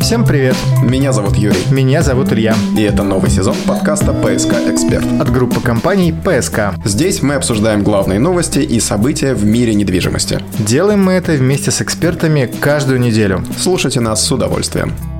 Всем привет! Меня зовут Юрий, Меня зовут Илья и это новый сезон подкаста «ПСК Эксперт». от группы компаний ПСК. Здесь мы обсуждаем главные новости и события в мире недвижимости. Делаем мы это вместе с экспертами каждую неделю. Слушайте нас с удовольствием.